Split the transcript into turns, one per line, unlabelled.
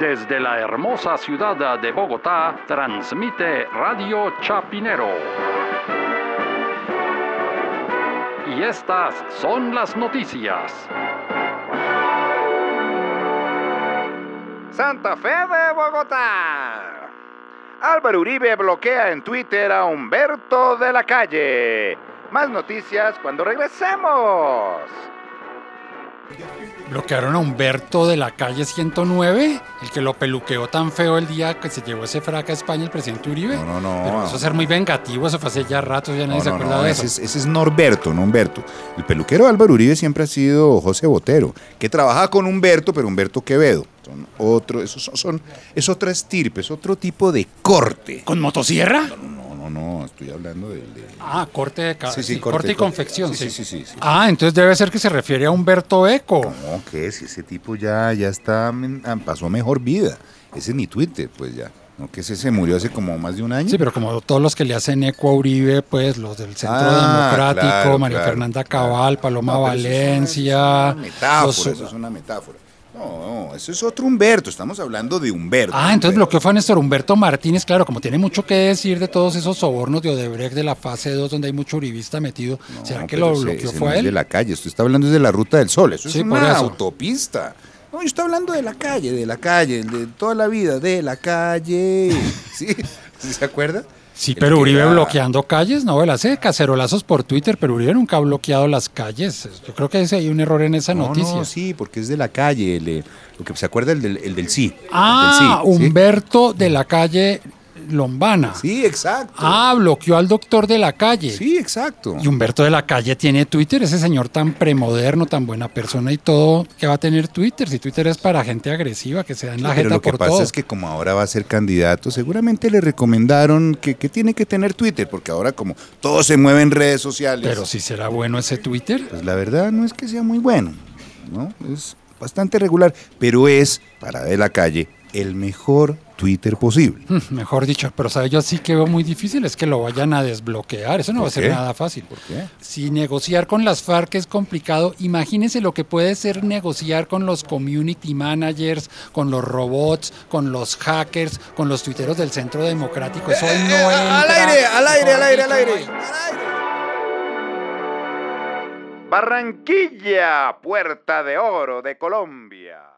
Desde la hermosa ciudad de Bogotá, transmite Radio Chapinero. Y estas son las noticias.
Santa Fe de Bogotá. Álvaro Uribe bloquea en Twitter a Humberto de la Calle. Más noticias cuando regresemos.
Bloquearon a Humberto de la calle 109, el que lo peluqueó tan feo el día que se llevó ese fraca a España el presidente Uribe.
No, no, no.
Pero eso es ser muy vengativo, eso fue hace ya rato, ya nadie se acuerda de eso.
Ese, es, ese es Norberto, no Humberto. El peluquero de Álvaro Uribe siempre ha sido José Botero, que trabaja con Humberto, pero Humberto Quevedo. Son otro, esos son, son- es otra estirpe, es otro tipo de corte.
¿Con motosierra?
No, no, no, estoy hablando del... De,
Ah, corte de cabeza.
Sí, sí,
corte,
corte,
y
corte.
confección.
Sí, sí, sí, sí, sí.
Ah, entonces debe ser que se refiere a Humberto Eco.
No, que si ese tipo ya, ya está, men- ah, pasó a mejor vida. Ese es mi Twitter, pues ya. No, que ese se murió hace como más de un año.
Sí, pero como todos los que le hacen eco a Uribe, pues los del Centro
Ah,
Democrático,
claro,
María
claro,
Fernanda
claro.
Cabal, Paloma
No, pero eso es una-
Valencia. los-
eso es una metáfora, eso es una metáfora. No, no, eso es otro Humberto. Estamos hablando de Humberto.
Ah, entonces
Humberto.
bloqueó fue a Néstor Humberto Martínez, claro, como tiene mucho que decir de todos esos sobornos de Odebrecht de la fase 2 donde hay mucho uribista metido,
No,
¿será que
pero
lo
ese-
bloqueó
ese
fue
no
a
es de
él?
la calle. Usted está hablando de la Ruta del Sol. Eso
Sí,
es
por
una
eso.
autopista. No, yo estoy hablando de la calle, de la calle, de toda la vida, de la calle. ¿Sí? ¿Sí se acuerda?
Sí,
El
pero
que
Uribe
era-
bloqueando calles, no, él hace cacerolazos por Twitter, pero Uribe nunca ha bloqueado las calles. Yo creo que ese- hay un error en esa
No,
noticia.
no, sí, porque es de la calle. el, eh, lo que se acuerda el del, el del sí.
Ah,
el del sí,
Humberto de la calle Lombana.
sí. Sí, exacto.
Ah, bloqueó al doctor de la calle.
sí, exacto.
Y Humberto de la Calle tiene Twitter, ese señor tan premoderno, tan buena persona y todo, que va a tener Twitter. Si Twitter es para gente agresiva, que se da en la
Pero
jeta
lo que
por
pasa
todo.
es que como ahora va a ser candidato, seguramente le recomendaron que, que tiene que tener Twitter, porque ahora como todo se mueve en redes sociales,
Pero si será bueno ese Twitter.
pues la verdad no es que sea muy bueno, ¿no? Es bastante regular, pero es, para de la calle, el mejor Twitter posible.
hmm, Mejor dicho, pero sabe, yo sí que veo muy difícil es que lo vayan a desbloquear. Eso no va a
¿Por
ser
qué?
nada fácil.
¿Por qué?
Si negociar con las FARC es complicado, imagínense lo que puede ser negociar con los community managers, con los robots, con los hackers, con los tuiteros del Centro Democrático. Eso ahí no
Eh, al
entra.
aire, al aire, al aire, al
Mejor dicho,
aire.
no hay.
Barranquilla, Puerta de Oro de Colombia.